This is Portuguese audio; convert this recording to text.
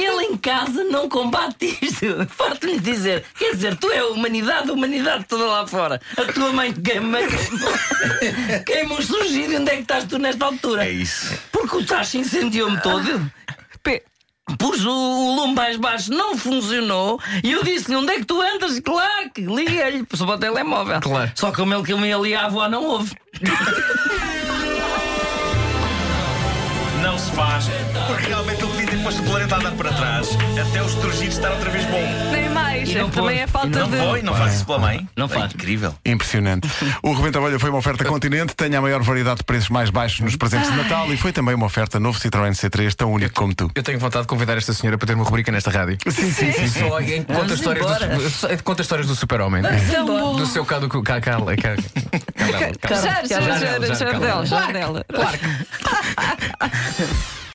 Ele em casa não combate isto. Farto-lhe dizer. Quer dizer, tu é a humanidade, a humanidade toda lá fora. A tua mãe queima, queima, queima um estrugido. E onde é que estás tu nesta altura? É isso. Porque o tacho incendiou-me todo. Pe- Pus o, o lume mais baixo, não funcionou. E eu disse-lhe: onde é que tu andas? Claro que liguei-lhe só para o telemóvel. Claro. Só que como ele que me ali à avó não houve. Não se faz. Porque realmente ele podia ter posto o planeta a andar para trás até os turgidos estar outra vez bom. Nem mais. E não Também pode. é falta Não de. foi, não faz isso pela mãe. Não É faz. Incrível. Impressionante. O Rebenta Bolha foi uma oferta continente, tem a maior variedade de preços mais baixos nos presentes de Natal e foi também uma oferta novo Citroën C3, tão único como tu. Eu tenho vontade de convidar esta senhora para ter uma rubrica nesta rádio. Sim, sim, sim. sim. Só alguém que conta Vamos histórias embora. do, só- conta histórias do super-homem. Tão Então, bom. Do seu cá do cu- cá, cá, cá, cá, Já, já, Já, já, já, já, já, calma. dela, já dela.